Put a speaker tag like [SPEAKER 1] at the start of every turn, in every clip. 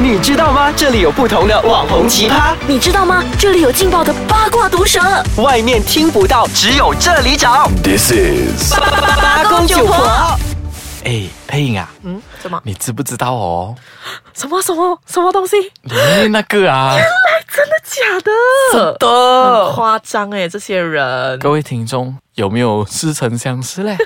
[SPEAKER 1] 你知道吗？这里有不同的网红奇葩，
[SPEAKER 2] 你知道吗？这里有劲爆的八卦毒舌，
[SPEAKER 1] 外面听不到，只有这里找。
[SPEAKER 3] This is
[SPEAKER 1] 八八八公九婆，
[SPEAKER 3] 哎，配音啊，
[SPEAKER 2] 嗯，什么
[SPEAKER 3] 你知不知道哦？
[SPEAKER 2] 什么什么什么东西？
[SPEAKER 3] 里面那个啊，
[SPEAKER 2] 真的假的？
[SPEAKER 3] 真
[SPEAKER 2] 很
[SPEAKER 3] 的，
[SPEAKER 2] 夸张哎，这些人
[SPEAKER 3] 各位听众有没有似曾相识 嘞？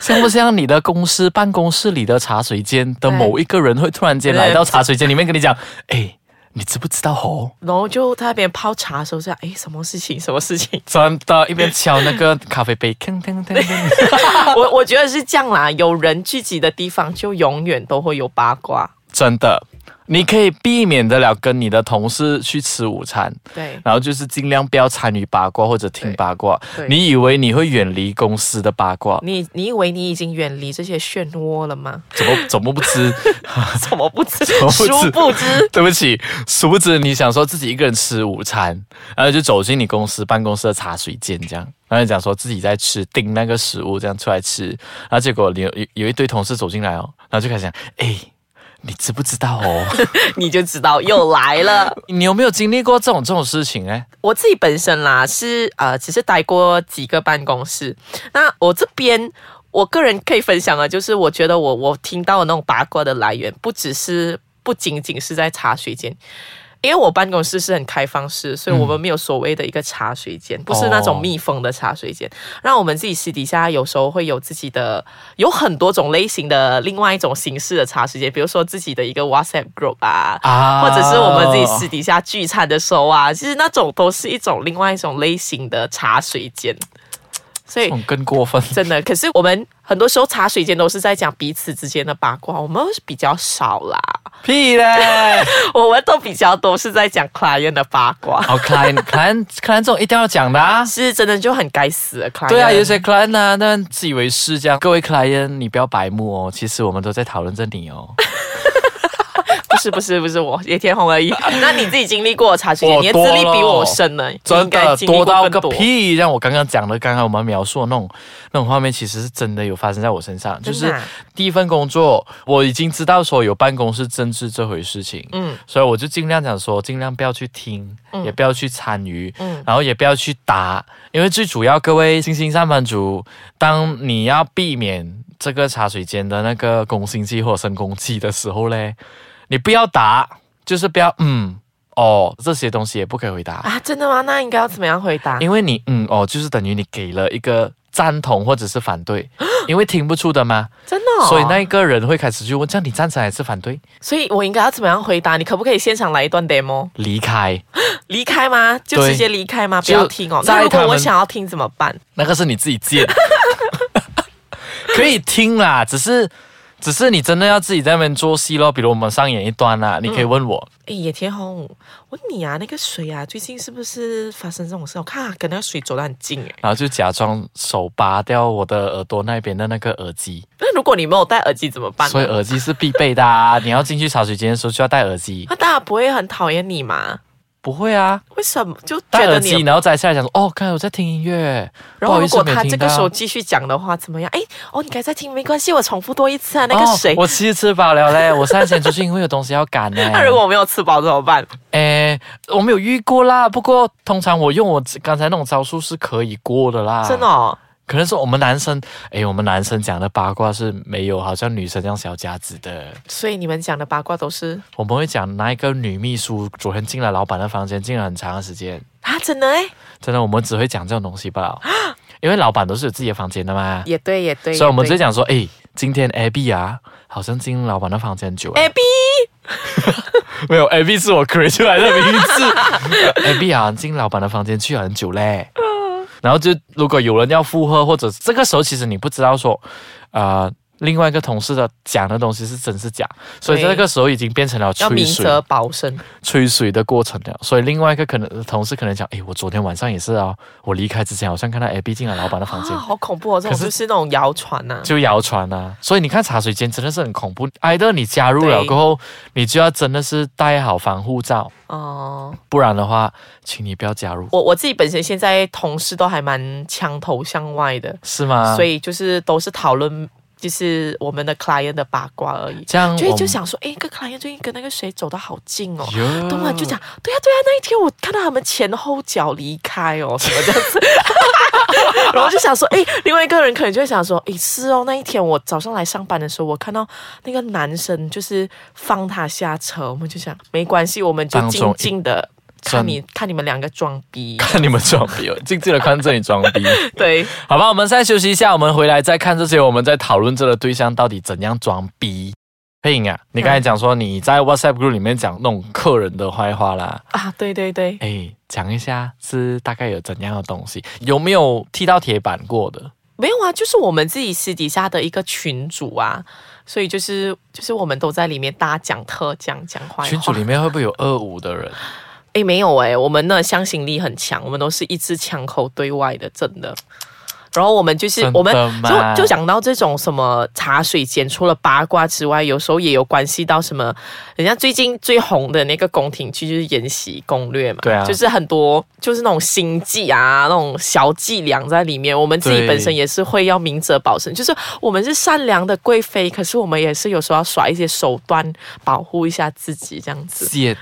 [SPEAKER 3] 像不像你的公司办公室里的茶水间的某一个人会突然间来到茶水间里面跟你讲，哎，你知不知道哦？？
[SPEAKER 2] 然后就在那边泡茶的时候说，哎，什么事情？ 什么事情
[SPEAKER 3] 真的，一边敲那个咖啡杯，铿铿铿 铿，
[SPEAKER 2] 我我觉得是这样啦，有人聚集的地方就永远都会有八卦。
[SPEAKER 3] 真的，你可以避免得了跟你的同事去吃午餐，
[SPEAKER 2] 对
[SPEAKER 3] 然后就是尽量不要参与八卦或者听八卦
[SPEAKER 2] 对。对
[SPEAKER 3] 你以为你会远离公司的八卦？
[SPEAKER 2] 你，你以为你已经远离这些漩涡了吗？
[SPEAKER 3] 怎么怎么不知？
[SPEAKER 2] 怎么不知？
[SPEAKER 3] 么不知
[SPEAKER 2] 殊不知，
[SPEAKER 3] 对不起，殊不知你想说自己一个人吃午餐，然后就走进你公司办公室的茶水间这样，然后你讲说自己在吃订那个食物这样出来吃，然后结果你有有有一堆同事走进来哦，然后就开始讲，哎，你知不知道哦？
[SPEAKER 2] 你就知道又来了。
[SPEAKER 3] 你有没有经历过这种这种事情呢？
[SPEAKER 2] 我自己本身啦是呃，只是待过几个办公室。那我这边。我个人可以分享的，就是我觉得我我听到的那种八卦的来源，不只是不仅仅是在茶水间，因为我办公室是很开放式，所以我们没有所谓的一个茶水间，不是那种密封的茶水间。那我们自己私底下有时候会有自己的，有很多种类型的另外一种形式的茶水间，比如说自己的一个 WhatsApp group 啊，
[SPEAKER 3] 啊
[SPEAKER 2] 或者是我们自己私底下聚餐的时候啊，
[SPEAKER 3] 哦
[SPEAKER 2] 其实那种都是一种另外一种类型的茶水间，所以
[SPEAKER 3] 这种更过分。
[SPEAKER 2] 真的，可是我们很多时候茶水间都是在讲彼此之间的八卦，我们比较少啦，
[SPEAKER 3] 屁嘞！
[SPEAKER 2] 我们都比较多是在讲 client 的八卦，
[SPEAKER 3] 哦，client client client 这种一定要讲的啊。
[SPEAKER 2] 是真的就很该死的 client。
[SPEAKER 3] 对啊，有些 client 啊，那自以为是这样。各位 client，你不要白目哦，其实我们都在讨论着你 哦。
[SPEAKER 2] 不是不是不是我叶天红 而已。那你自己经历过的茶水间，
[SPEAKER 3] 我
[SPEAKER 2] 你的
[SPEAKER 3] 多
[SPEAKER 2] 资历比
[SPEAKER 3] 了
[SPEAKER 2] 我深呢，你应
[SPEAKER 3] 真
[SPEAKER 2] 该
[SPEAKER 3] 的
[SPEAKER 2] 经历过
[SPEAKER 3] 哦多到
[SPEAKER 2] 更
[SPEAKER 3] 个
[SPEAKER 2] 多。
[SPEAKER 3] 屁！像我刚刚讲的，刚刚我们描述的那种那种画面，其实是真的有发生在我身上。就
[SPEAKER 2] 真的啊
[SPEAKER 3] 是第一份工作，我已经知道说有办公室政治这回事情，
[SPEAKER 2] 嗯
[SPEAKER 3] 嗯，所以我就尽量讲说，尽量不要去听，也不要去参与，
[SPEAKER 2] 嗯
[SPEAKER 3] 嗯，然后也不要去答，因为最主要，各位新兴上班族，当你要避免这个茶水间的那个攻心计或者深攻计的时候嘞，你不要答，就是不要嗯哦这些东西也不可以回答。
[SPEAKER 2] 啊，真的吗？那应该要怎么样回答？
[SPEAKER 3] 因为你嗯哦，就是等于你给了一个赞同或者是反 对，因为听不出的嘛，
[SPEAKER 2] 真的、哦，
[SPEAKER 3] 所以那一个人会开始去问，这样你赞成还是反对？
[SPEAKER 2] 所以我应该要怎么样回答？你可不可以现场来一段 demo？
[SPEAKER 3] 离开，
[SPEAKER 2] 离开吗？就
[SPEAKER 3] 对
[SPEAKER 2] 直接离开吗？不
[SPEAKER 3] 就
[SPEAKER 2] 要听哦。
[SPEAKER 3] 在
[SPEAKER 2] 那如果
[SPEAKER 3] 他
[SPEAKER 2] 我
[SPEAKER 3] 们
[SPEAKER 2] 想要听怎么办？
[SPEAKER 3] 那个是你自己贱， 可以听啦，只是只是你真的要自己在那边做戏咯，比如我们上演一段啦，你可以问我，
[SPEAKER 2] 哎，野田红，我问你啊，那个水啊，最近是不是发生这种事？我看、啊、跟那个水走得很近哎。
[SPEAKER 3] 然后就假装手拔掉我的耳朵那边的那个耳机，
[SPEAKER 2] 那如果你没有戴耳机怎么办呢？
[SPEAKER 3] 所以耳机是必备的啊，你要进去茶水间的时候就要戴耳机，
[SPEAKER 2] 那大家不会很讨厌你吗？
[SPEAKER 3] 不会啊。
[SPEAKER 2] 为什么就
[SPEAKER 3] 戴
[SPEAKER 2] 觉得
[SPEAKER 3] 耳
[SPEAKER 2] 你
[SPEAKER 3] 机，
[SPEAKER 2] 有？
[SPEAKER 3] 然后摘下来讲说，哦，刚才我在听音乐。
[SPEAKER 2] 然后
[SPEAKER 3] 不好
[SPEAKER 2] 如
[SPEAKER 3] 意思
[SPEAKER 2] 果
[SPEAKER 3] 没有
[SPEAKER 2] 他
[SPEAKER 3] 听
[SPEAKER 2] 这个时
[SPEAKER 3] 到
[SPEAKER 2] 候继续讲的话，怎么样？哎，哦，你刚才听没关系，我重复多一次啊。那个谁
[SPEAKER 3] 哦，，我其实吃饱了嘞，我三点出去，因为有东西要赶呢。
[SPEAKER 2] 那、如果我没有吃饱怎么办？
[SPEAKER 3] 诶，呃我没有遇过啦，不过通常我用我刚才那种招数是可以过的啦。
[SPEAKER 2] 真的、哦，
[SPEAKER 3] 可能是我们男生，诶，我们男生讲的八卦是没有好像女生这样小家子的。
[SPEAKER 2] 所以你们讲的八卦都是
[SPEAKER 3] 我们会讲那一个女秘书昨天进了老板的房间，进了很长的时间。
[SPEAKER 2] 啊，真的哎，
[SPEAKER 3] 真的，我们只会讲这种东西 吧，因为老板都是有自己的房间的嘛。
[SPEAKER 2] 也对，也对。
[SPEAKER 3] 所以我们
[SPEAKER 2] 也
[SPEAKER 3] 直
[SPEAKER 2] 对
[SPEAKER 3] 接讲说，诶，今天 Abby 啊，好像进老板的房间很久了。
[SPEAKER 2] A B
[SPEAKER 3] 没有，AB 是我 create 出来的名字。AB 啊，进老板的房间去了很久嘞。然后就如果有人要附和，或者这个时候其实你不知道说，呃，另外一个同事的讲的东西是真是假，所以
[SPEAKER 2] 对
[SPEAKER 3] 这个时候已经变成了
[SPEAKER 2] 要
[SPEAKER 3] 吹
[SPEAKER 2] 明
[SPEAKER 3] 水
[SPEAKER 2] 哲保身，
[SPEAKER 3] 吹水的过程了。所以另外一个可能同事可能讲，诶，我昨天晚上也是啊，我离开之前好像看到 AB 进了老板的
[SPEAKER 2] 啊，
[SPEAKER 3] 房间。
[SPEAKER 2] 好恐怖哦！这种
[SPEAKER 3] 可是
[SPEAKER 2] 就是那种谣传呐、
[SPEAKER 3] 就谣传啊，所以你看茶水间真的是很恐怖。挨着你加入了
[SPEAKER 2] 对
[SPEAKER 3] 过后，你就要真的是戴好防护罩，
[SPEAKER 2] 哦、
[SPEAKER 3] 不然的话，请你不要加入，
[SPEAKER 2] 我我自己本身现在同事都还蛮墙头向外的，
[SPEAKER 3] 是吗？
[SPEAKER 2] 所以就是都是讨论。就是我们的 client 的八卦而已。
[SPEAKER 3] 这样
[SPEAKER 2] 所以
[SPEAKER 3] 我
[SPEAKER 2] 就想说，诶，个 client 最近跟那个谁走得好近哦。
[SPEAKER 3] 哟
[SPEAKER 2] 等晚就讲，对呀、对呀、那一天我看到他们前后脚离开哦，什么这样子。 然后就想说，诶，另外一个人可能就会想说，诶，是哦，那一天我早上来上班的时候，我看到那个男生就是放他下车，我们就想没关系，我们就
[SPEAKER 3] 当中
[SPEAKER 2] 静
[SPEAKER 3] 一
[SPEAKER 2] 静的
[SPEAKER 3] 真，
[SPEAKER 2] 看你看你们两个装逼
[SPEAKER 3] 看你们装逼哦，静静的看这里装逼。
[SPEAKER 2] 对。
[SPEAKER 3] 好吧，我们再休息一下，我们回来再看这些我们在讨论这个对象到底怎样装逼。配音啊，你刚才讲说你在 WhatsApp group 里面讲那种客人的坏话啦，
[SPEAKER 2] 啊，对对对，
[SPEAKER 3] 哎，讲一下是大概有怎样的东西，有没有踢到铁板过的？
[SPEAKER 2] 没有啊，就是我们自己私底下的一个群主啊，所以就是就是我们都在里面大讲特讲讲坏话。
[SPEAKER 3] 群组里面会不会有二五的人？
[SPEAKER 2] 哎没有哎、我们的向心力很强，我们都是一支枪口对外的，真的。然后我们就是
[SPEAKER 3] 真的
[SPEAKER 2] 我们
[SPEAKER 3] 吗
[SPEAKER 2] 就就讲到这种什么茶水间，除了八卦之外，有时候也有关系到什么，人家最近最红的那个宫廷剧就是《延禧攻略》嘛，
[SPEAKER 3] 对啊
[SPEAKER 2] 就是很多就是那种心计啊，那种小伎俩在里面。我们自己
[SPEAKER 3] 对
[SPEAKER 2] 本身也是会要明哲保身，就是我们是善良的贵妃，可是我们也是有时候要耍一些手段保护一下自己这样子。
[SPEAKER 3] 谢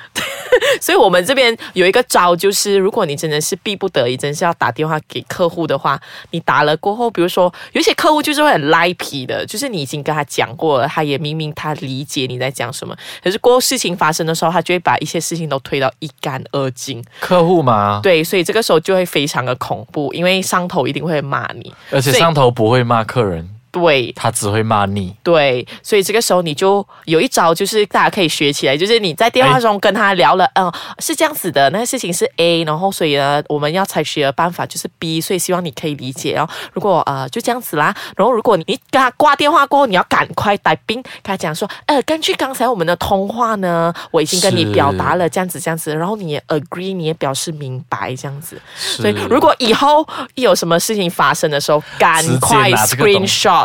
[SPEAKER 2] 所以我们这边有一个招，就是如果你真的是逼不得已，真是要打电话给客户的话，你打了过后，比如说有一些客户就是会很赖皮的，就是你已经跟他讲过了，他也明明他理解你在讲什么，可是过后事情发生的时候，他就会把一些事情都推到一干二净。
[SPEAKER 3] 客户吗？
[SPEAKER 2] 对，所以这个时候就会非常的恐怖，因为上头一定会骂你。
[SPEAKER 3] 而且
[SPEAKER 2] 所以
[SPEAKER 3] 上头不会骂客人，
[SPEAKER 2] 对，
[SPEAKER 3] 他只会骂你。
[SPEAKER 2] 对，所以这个时候你就有一招，就是大家可以学起来，就是你在电话
[SPEAKER 3] 哎
[SPEAKER 2] 中跟他聊了，嗯，是这样子的，那个事情是 A，然后所以呢，我们要采取的办法就是 B，所以希望你可以理解。然后如果呃就这样子啦，然后如果你你跟他挂电话过后，你要赶快带兵跟他讲说，呃，根据刚才我们的通话呢，我已经跟你表达了这样子这样子，然后你也 agree，你也表示明白这样子。
[SPEAKER 3] 所
[SPEAKER 2] 所以如果以后一有什么事情发生的时候，赶
[SPEAKER 3] 直接
[SPEAKER 2] 快
[SPEAKER 3] 拿这个东
[SPEAKER 2] screenshot。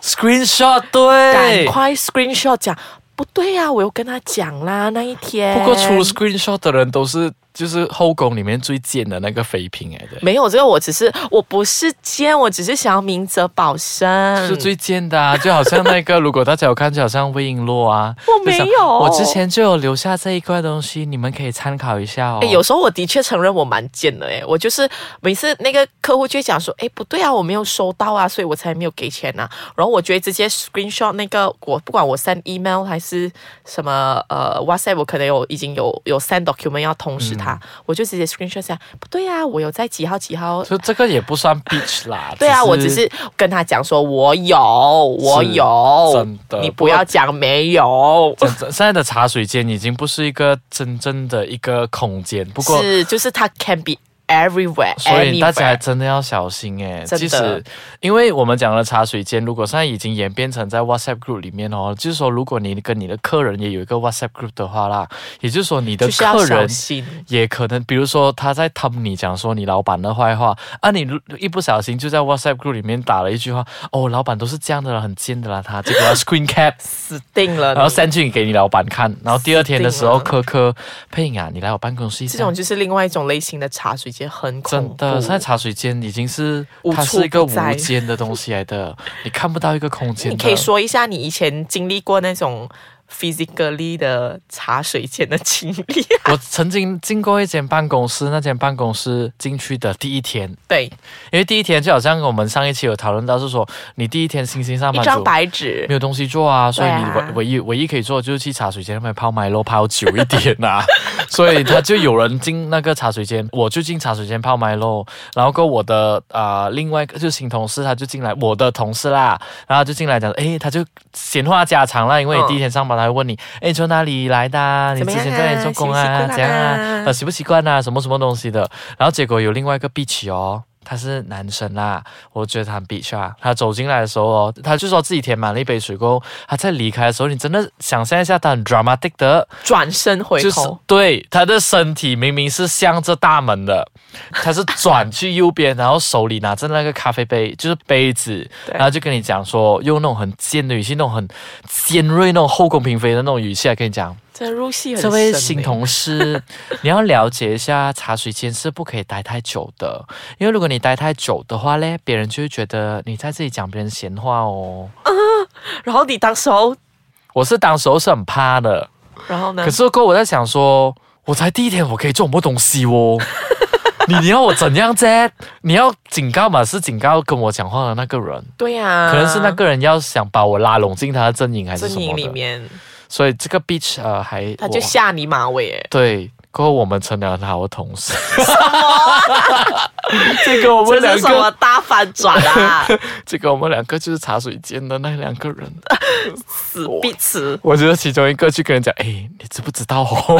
[SPEAKER 3] screenshot
[SPEAKER 2] 赶
[SPEAKER 3] 对，
[SPEAKER 2] 快 screenshot 讲，不对呀、啊，我有跟他讲啦那一天。
[SPEAKER 3] 不过出 screenshot 的人都是就是后宫里面最贱的那个妃嫔哎来的。
[SPEAKER 2] 没有这个，我只是我不是奸，我只是想要明哲保身。
[SPEAKER 3] 是最贱的啊，就好像那个，如果大家有看，就好像魏璎珞啊，
[SPEAKER 2] 我没
[SPEAKER 3] 就想
[SPEAKER 2] 有
[SPEAKER 3] 我之前就有留下这一块东西，你们可以参考一下哦。
[SPEAKER 2] 诶哎有时候我的确承认我蛮贱的哎诶，我就是每次那个客户就会讲说，诶，不对啊，我没有收到啊，所以我才没有给钱呐、然后我就会直接 screenshot 那个我不管我 send email 还是什么呃 WhatsApp，我可能有已经有有 send document 要通知他，
[SPEAKER 3] 嗯
[SPEAKER 2] 我就直接 screenshot 下，不对啊，我有在几号几号
[SPEAKER 3] 所以这个也不算 bitch 啦。
[SPEAKER 2] 对啊，我只是跟他讲说，我有，我有，
[SPEAKER 3] 真的
[SPEAKER 2] 你不要讲没有。
[SPEAKER 3] 真正现在的茶水间已经不是一个真正的一个空间，不过
[SPEAKER 2] 是，就是他 can be everywhere，
[SPEAKER 3] 所以大家
[SPEAKER 2] anywhere
[SPEAKER 3] 真的要小心哎、
[SPEAKER 2] 真的
[SPEAKER 3] 即使因为我们讲的茶水间，如果现在已经演变成在 WhatsApp group 里面哦，就是说如果你跟你的客人也有一个 WhatsApp group 的话啦，也就是说你的
[SPEAKER 2] 就是要
[SPEAKER 3] 客
[SPEAKER 2] 小
[SPEAKER 3] 人
[SPEAKER 2] 心。
[SPEAKER 3] 也可能，比如说他在他你讲说你老板的坏话啊，你如一不小心就在 WhatsApp group 里面打了一句话，哦，老板都是这样的啦，很贱的啦，他结果 他 screen cap
[SPEAKER 2] 死定了你，
[SPEAKER 3] 然后 send 去给你老板看，然后第二天的时候，科科配音啊，你来我办公室一
[SPEAKER 2] 这
[SPEAKER 3] 下
[SPEAKER 2] 种。就是另外一种类型的茶水间，很恐
[SPEAKER 3] 真
[SPEAKER 2] 怖。
[SPEAKER 3] 的，现在茶水间已经是
[SPEAKER 2] 无
[SPEAKER 3] 它
[SPEAKER 2] 处
[SPEAKER 3] 是一个
[SPEAKER 2] 不
[SPEAKER 3] 无
[SPEAKER 2] 在
[SPEAKER 3] 间的东西来的，你看不到一个空间的。
[SPEAKER 2] 你可以说一下你以前经历过那种 physically 的茶水间的经 历。
[SPEAKER 3] 我曾经经过一间办公室，那间办公室进去的第一天，
[SPEAKER 2] 对，
[SPEAKER 3] 因为第一天就好像我们上一期有讨论到，是说你第一天新兴上
[SPEAKER 2] 一
[SPEAKER 3] 班
[SPEAKER 2] 张
[SPEAKER 3] 族。
[SPEAKER 2] 白纸
[SPEAKER 3] 没。有东西做啊，所以你
[SPEAKER 2] 对
[SPEAKER 3] 唯
[SPEAKER 2] 啊
[SPEAKER 3] 唯一唯一可以做的就是去茶水间那边泡麦咯，泡久一点呐、 啊。所以他就有人进那个茶水间，我就进茶水间泡麦咯。然后跟我的啊、呃另外一个就是新同事，他就进来，我的同事啦，然后他就进来讲，诶，他就闲话家常啦，因为你
[SPEAKER 2] 嗯
[SPEAKER 3] 第一天上班，他会问你，诶，你从哪里来的啊？你
[SPEAKER 2] 怎么
[SPEAKER 3] 之
[SPEAKER 2] 样啊
[SPEAKER 3] 前在哪里做工啊？
[SPEAKER 2] 习不习惯啊
[SPEAKER 3] 怎样啊？呃，习不习惯啊？什么什么东西的？然后结果有另外一个 bitch 哦，他是男生啦，我觉得他很 bitch 啊。他走进来的时候哦，他就说自己填满了一杯水过后，他在离开的时候，你真的想象一下，他很 dramatic 的，
[SPEAKER 2] 转身回
[SPEAKER 3] 就是
[SPEAKER 2] 头，
[SPEAKER 3] 对他的身体明明是向着大门的，他是转去右边，然后手里拿着那个咖啡杯，就是杯子，
[SPEAKER 2] 对
[SPEAKER 3] 然后就跟你讲说，用那种很尖的语气，那种很尖锐、那种后宫嫔妃的那种语气来跟你讲，
[SPEAKER 2] 这入戏很
[SPEAKER 3] 这
[SPEAKER 2] 深
[SPEAKER 3] 位
[SPEAKER 2] 欸
[SPEAKER 3] 新同事，你要了解一下，茶水间是不可以待太久的，因为如果你待太久的话嘞，别人就会觉得你在这里讲别人闲话哦。
[SPEAKER 2] 然后你当时候，
[SPEAKER 3] 我是当时候是很怕的，
[SPEAKER 2] 然后呢
[SPEAKER 3] 可？是过后我在想说，我才第一天，我可以做什么东西 哦？你你要我怎样啫？你要警告嘛？是警告跟我讲话的那个人，
[SPEAKER 2] 对呀、啊，
[SPEAKER 3] 可能是那个人要想把我拉拢进他的阵营还是
[SPEAKER 2] 阵
[SPEAKER 3] 什
[SPEAKER 2] 营
[SPEAKER 3] 么
[SPEAKER 2] 里
[SPEAKER 3] 的。
[SPEAKER 2] 面，
[SPEAKER 3] 所以这个 bitch 呃还
[SPEAKER 2] 他就
[SPEAKER 3] 我
[SPEAKER 2] 吓你马尾欸
[SPEAKER 3] 对，过后我们成了很好的同事。 这个我们
[SPEAKER 2] 这
[SPEAKER 3] 两
[SPEAKER 2] 是什么
[SPEAKER 3] 个，
[SPEAKER 2] 大反转 啊？
[SPEAKER 3] 这个我们两个就是茶水间的那两个人。
[SPEAKER 2] 死必吃！
[SPEAKER 3] 我觉得其中一个去跟人讲，哎，你知不知道哦？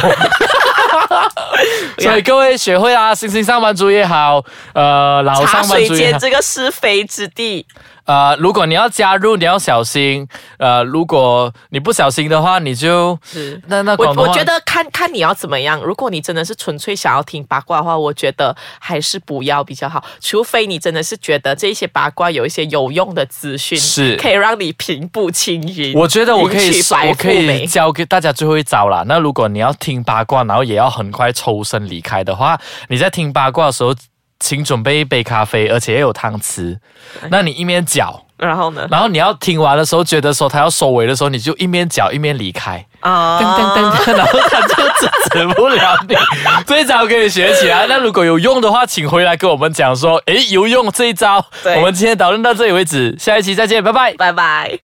[SPEAKER 3] 所以各位学会啦，新兴上班族也好，呃，老
[SPEAKER 2] 茶
[SPEAKER 3] 上班
[SPEAKER 2] 水
[SPEAKER 3] 族也
[SPEAKER 2] 间
[SPEAKER 3] 好，
[SPEAKER 2] 这个是非之地，
[SPEAKER 3] 呃，如果你要加入，你要小心。呃，如果你不小心的话，你就是那那
[SPEAKER 2] 我
[SPEAKER 3] 广东
[SPEAKER 2] 我
[SPEAKER 3] 话
[SPEAKER 2] 觉得看看你要怎么样。如果你真的是纯粹想要听八卦的话，我觉得还是不要比较好。除非你真的是觉得这一些八卦有一些有用的资讯，
[SPEAKER 3] 是
[SPEAKER 2] 可以让你平步青云。
[SPEAKER 3] 我觉得我可以
[SPEAKER 2] 迎娶，白
[SPEAKER 3] 我
[SPEAKER 2] 富
[SPEAKER 3] 可以
[SPEAKER 2] 美
[SPEAKER 3] 教给大家最后一招啦。那如果你要听八卦，然后也要很快抽身离开的话，你在听八卦的时候，请准备一杯咖啡，而且也有汤匙。
[SPEAKER 2] 哎
[SPEAKER 3] 那你一面搅，
[SPEAKER 2] 然 后呢？
[SPEAKER 3] 然后你要听完的时候，觉得说他要收尾的时候，你就一面搅一面离开。噔噔
[SPEAKER 2] 啊，
[SPEAKER 3] 噔噔， 然后他就制止不了你。这一招可以学起来。那如果有用的话，请回来跟我们讲说，诶，有用这一招。
[SPEAKER 2] 对
[SPEAKER 3] 我们今天讨论到这里为止，下一期再见，拜拜。
[SPEAKER 2] 拜拜。